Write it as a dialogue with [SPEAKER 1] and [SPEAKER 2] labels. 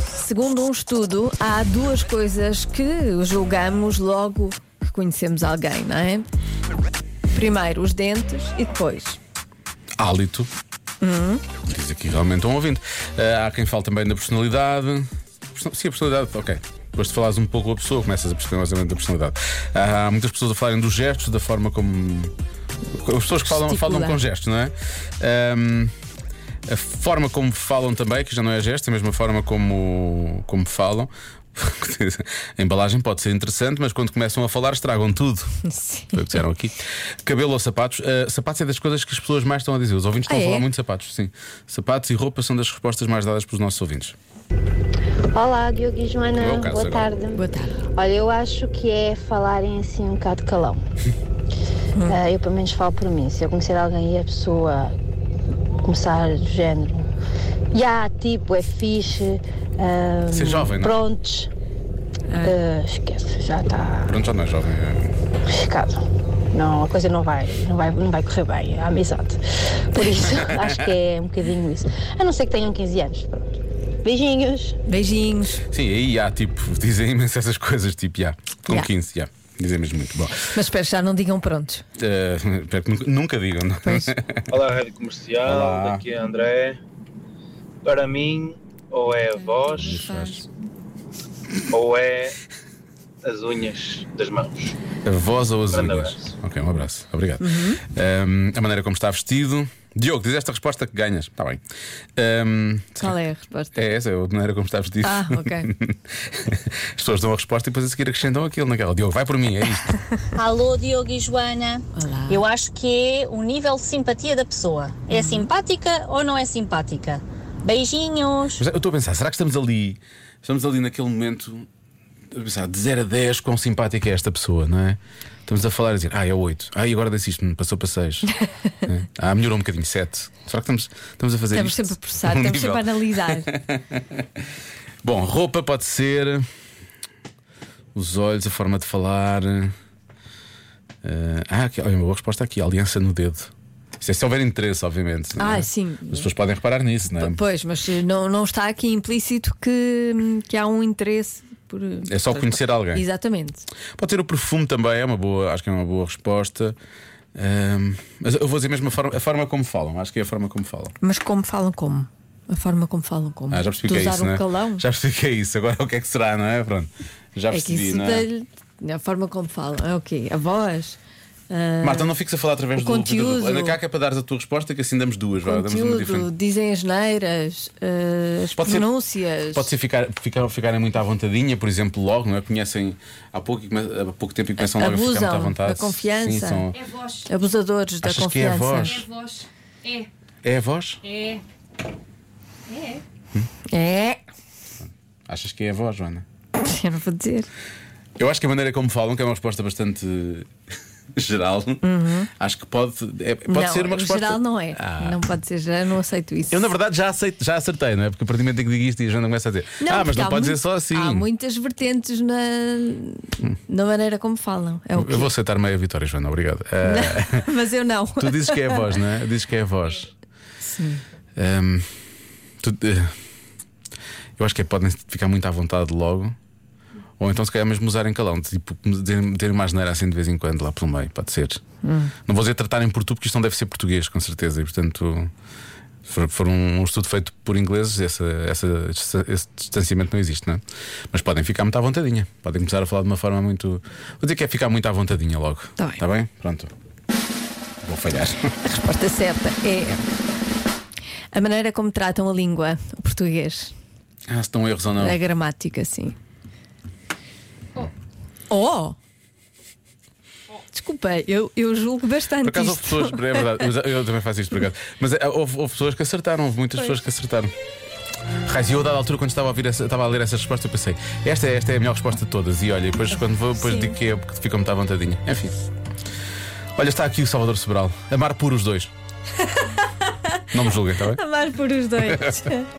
[SPEAKER 1] Segundo um estudo, há duas coisas que julgamos logo que conhecemos alguém, não é? Primeiro os dentes e depois.
[SPEAKER 2] Hálito. Diz aqui realmente um ouvinte. Ah, há quem fale também da personalidade. Person- Sim, a personalidade, ok. Depois de falares um pouco com a pessoa, começas a perceber mais ou menos da personalidade. Ah, há muitas pessoas a falarem dos gestos, da forma como. As pessoas que falam,
[SPEAKER 1] Gesticula.
[SPEAKER 2] falam com gestos, não é? Ahm, a forma como falam também, que já não é gesto, a mesma forma como, como falam. A embalagem pode ser interessante, mas quando começam a falar, estragam tudo.
[SPEAKER 1] Sim.
[SPEAKER 2] Foi o que disseram aqui. Cabelo ou sapatos? Ah, sapatos é das coisas que as pessoas mais estão a dizer. Os ouvintes estão
[SPEAKER 1] Ah,
[SPEAKER 2] a falar
[SPEAKER 1] é?
[SPEAKER 2] muito de sapatos, sim. Sapatos e roupa são das respostas mais dadas pelos nossos ouvintes.
[SPEAKER 3] Olá, Diogo e
[SPEAKER 2] Não é
[SPEAKER 3] Joana.
[SPEAKER 2] o caso
[SPEAKER 3] Boa
[SPEAKER 2] agora.
[SPEAKER 3] tarde.
[SPEAKER 1] Boa tarde.
[SPEAKER 3] Olha, eu acho que é falarem assim um bocado calão. Ah, eu, pelo menos, falo por mim. Se eu conhecer alguém e a pessoa começar do género, já, tipo, é fixe. ah,
[SPEAKER 2] Ser jovem, não é?
[SPEAKER 3] Prontos.
[SPEAKER 1] É.
[SPEAKER 3] Ah, esquece, já está
[SPEAKER 2] Pronto, já não é jovem. é-
[SPEAKER 3] arriscado. Não, a coisa não vai, não vai, não vai correr bem, a amizade. Por isso, acho que é um bocadinho isso. A não ser que tenham 15 anos, pronto. Beijinhos.
[SPEAKER 1] Beijinhos.
[SPEAKER 2] Sim, aí há tipo, dizem imenso essas coisas, tipo, já. Com
[SPEAKER 1] Já.
[SPEAKER 2] 15, já. Dizem mesmo muito. Bom,
[SPEAKER 1] Mas espero que já não digam prontos. Ah,
[SPEAKER 2] ah, espero que nunca, nunca digam. não? é?
[SPEAKER 1] Pois.
[SPEAKER 4] Olá, Rádio Comercial,
[SPEAKER 2] Olá.
[SPEAKER 4] daqui é André. Para mim, ou é a voz ou é as unhas das mãos.
[SPEAKER 2] A voz ou as
[SPEAKER 4] Grande
[SPEAKER 2] unhas?
[SPEAKER 4] abraço.
[SPEAKER 2] Ok, um abraço. Obrigado.
[SPEAKER 1] Uhum.
[SPEAKER 2] Ahm, a maneira como está vestido. Diogo, diz esta resposta que ganhas. Está bem. Ehm, Ahm,
[SPEAKER 1] Qual é a resposta?
[SPEAKER 2] É essa, é a maneira como está vestido.
[SPEAKER 1] Ah, ok.
[SPEAKER 2] As pessoas dão a resposta e depois a seguir acrescentam aquilo naquela. Diogo, vai por mim, é isto.
[SPEAKER 5] Alô, Diogo e Joana.
[SPEAKER 1] Olá.
[SPEAKER 5] Eu acho que é o nível de simpatia da pessoa. É simpática ou não é simpática? Beijinhos.
[SPEAKER 2] Mas eu estou a pensar, será que estamos ali? Estamos ali naquele momento a pensar, de 0 a 10, quão simpática é esta pessoa, não é? Estamos a falar e a dizer, ah, é 8, ah, e agora disse isto, passou para 6, ah, melhorou um bocadinho, 7. Será que estamos, estamos a fazer
[SPEAKER 1] Estamos
[SPEAKER 2] isto?
[SPEAKER 1] sempre a processar,
[SPEAKER 2] Um
[SPEAKER 1] estamos
[SPEAKER 2] nível.
[SPEAKER 1] sempre a analisar.
[SPEAKER 2] Bom, roupa pode ser os olhos, a forma de falar. eh, ah, aqui, olha, uma boa resposta aqui: aliança no dedo. Isso é se houver interesse, obviamente. não é?
[SPEAKER 1] Ah, sim.
[SPEAKER 2] As pessoas podem reparar nisso, não é?
[SPEAKER 1] Pois, mas eh, não, não está aqui implícito que, que há um interesse por.
[SPEAKER 2] É só conhecer alguém.
[SPEAKER 1] Exatamente.
[SPEAKER 2] Pode ser o perfume também, é uma boa, acho que é uma boa resposta. Ahm, mas eu vou dizer mesmo a forma, a forma como falam, acho que é a forma como falam.
[SPEAKER 1] Mas como falam como? A forma como falam como?
[SPEAKER 2] Ah, já percebi
[SPEAKER 1] De
[SPEAKER 2] que é
[SPEAKER 1] usar
[SPEAKER 2] isso,
[SPEAKER 1] um
[SPEAKER 2] não é?
[SPEAKER 1] calão?
[SPEAKER 2] Já percebi que é isso, agora o que é que será, não é? Pronto, já
[SPEAKER 1] é que
[SPEAKER 2] percebi,
[SPEAKER 1] isso
[SPEAKER 2] não é?
[SPEAKER 1] dá-lhe. A forma como falam. É o quê? A voz? Ah,
[SPEAKER 2] Marta, não fiques a falar através
[SPEAKER 1] o
[SPEAKER 2] do
[SPEAKER 1] conteúdo.
[SPEAKER 2] do- Anda cá que é para dares a tua resposta, que assim damos duas, vá, damos uma
[SPEAKER 1] conteúdo,
[SPEAKER 2] diferente.
[SPEAKER 1] dizem as neiras, eh, as
[SPEAKER 2] Pode ser-
[SPEAKER 1] pronúncias.
[SPEAKER 2] Pode ser ficar, ficar, ficarem muito à vontadinha, por exemplo, logo, não é? Conhecem há pouco, e come- há pouco tempo e começam logo a ficar
[SPEAKER 1] Abusam
[SPEAKER 2] muito à vontade.
[SPEAKER 1] da confiança.
[SPEAKER 2] Sim, são-
[SPEAKER 6] É voz.
[SPEAKER 1] Abusadores da
[SPEAKER 2] Achas que é a
[SPEAKER 1] confiança.
[SPEAKER 2] voz?
[SPEAKER 6] voz. É.
[SPEAKER 2] É a voz?
[SPEAKER 6] É. É.
[SPEAKER 1] É.
[SPEAKER 2] Achas que é a voz, Joana?
[SPEAKER 1] Eu não vou dizer.
[SPEAKER 2] Eu acho que a maneira como falam, que é uma resposta bastante geral, acho que pode, é- pode
[SPEAKER 1] Uhum. não,
[SPEAKER 2] ser uma
[SPEAKER 1] o
[SPEAKER 2] resposta.
[SPEAKER 1] geral não é.
[SPEAKER 2] Ah.
[SPEAKER 1] Não pode ser, já não aceito isso.
[SPEAKER 2] Eu, na verdade, já, aceito, já acertei, não é? Porque a partir do momento em que digo isto e a Joana começa a dizer,
[SPEAKER 1] Não,
[SPEAKER 2] ah, mas
[SPEAKER 1] porque
[SPEAKER 2] não
[SPEAKER 1] há
[SPEAKER 2] pode dizer
[SPEAKER 1] muito-
[SPEAKER 2] só assim.
[SPEAKER 1] Há muitas vertentes na, na maneira como falam. É o quê?
[SPEAKER 2] Eu vou aceitar meia vitória, Joana, obrigado. Ah,
[SPEAKER 1] Mas eu não.
[SPEAKER 2] Tu dizes que é a voz, não é? Dizes que é a voz.
[SPEAKER 1] Sim.
[SPEAKER 2] Ahm, tu- eh, eu acho que é, podem ficar muito à vontade logo. Ou então, se calhar, mesmo usarem calão, tipo, terem terem uma asneira assim de vez em quando lá pelo meio, pode ser.
[SPEAKER 1] Hum.
[SPEAKER 2] Não vou dizer tratar em português, porque isto não deve ser português, com certeza. E portanto, se for, for um, um estudo feito por ingleses, essa, essa- esse distanciamento não existe, não é? Mas podem ficar muito à vontadinha. Podem começar a falar de uma forma muito. Vou dizer que é ficar muito à vontadinha logo.
[SPEAKER 1] Tá bem.
[SPEAKER 2] Tá bem? Pronto. Vou falhar.
[SPEAKER 1] A resposta certa é a maneira como tratam a língua, o português,
[SPEAKER 2] ah, se estão erros ou não.
[SPEAKER 1] a É gramática, sim. Oh! Desculpa, eu, eu julgo bastante
[SPEAKER 2] Por acaso houve
[SPEAKER 1] isto.
[SPEAKER 2] pessoas, é verdade, mas eu também faço isto por acaso. Mas é, houve, houve pessoas que acertaram, houve muitas pessoas que acertaram. Raiz, e eu a dada altura, quando estava a, ouvir essa- estava a ler essa resposta, eu pensei, esta, é- esta é a melhor resposta de todas. E olha, depois quando vou, depois
[SPEAKER 1] Sim.
[SPEAKER 2] digo que é porque fica muito à vontadinha. Enfim. Olha, está aqui o Salvador Sobral. Amar por os dois. Não me julguem, está bem?
[SPEAKER 1] Amar por os dois.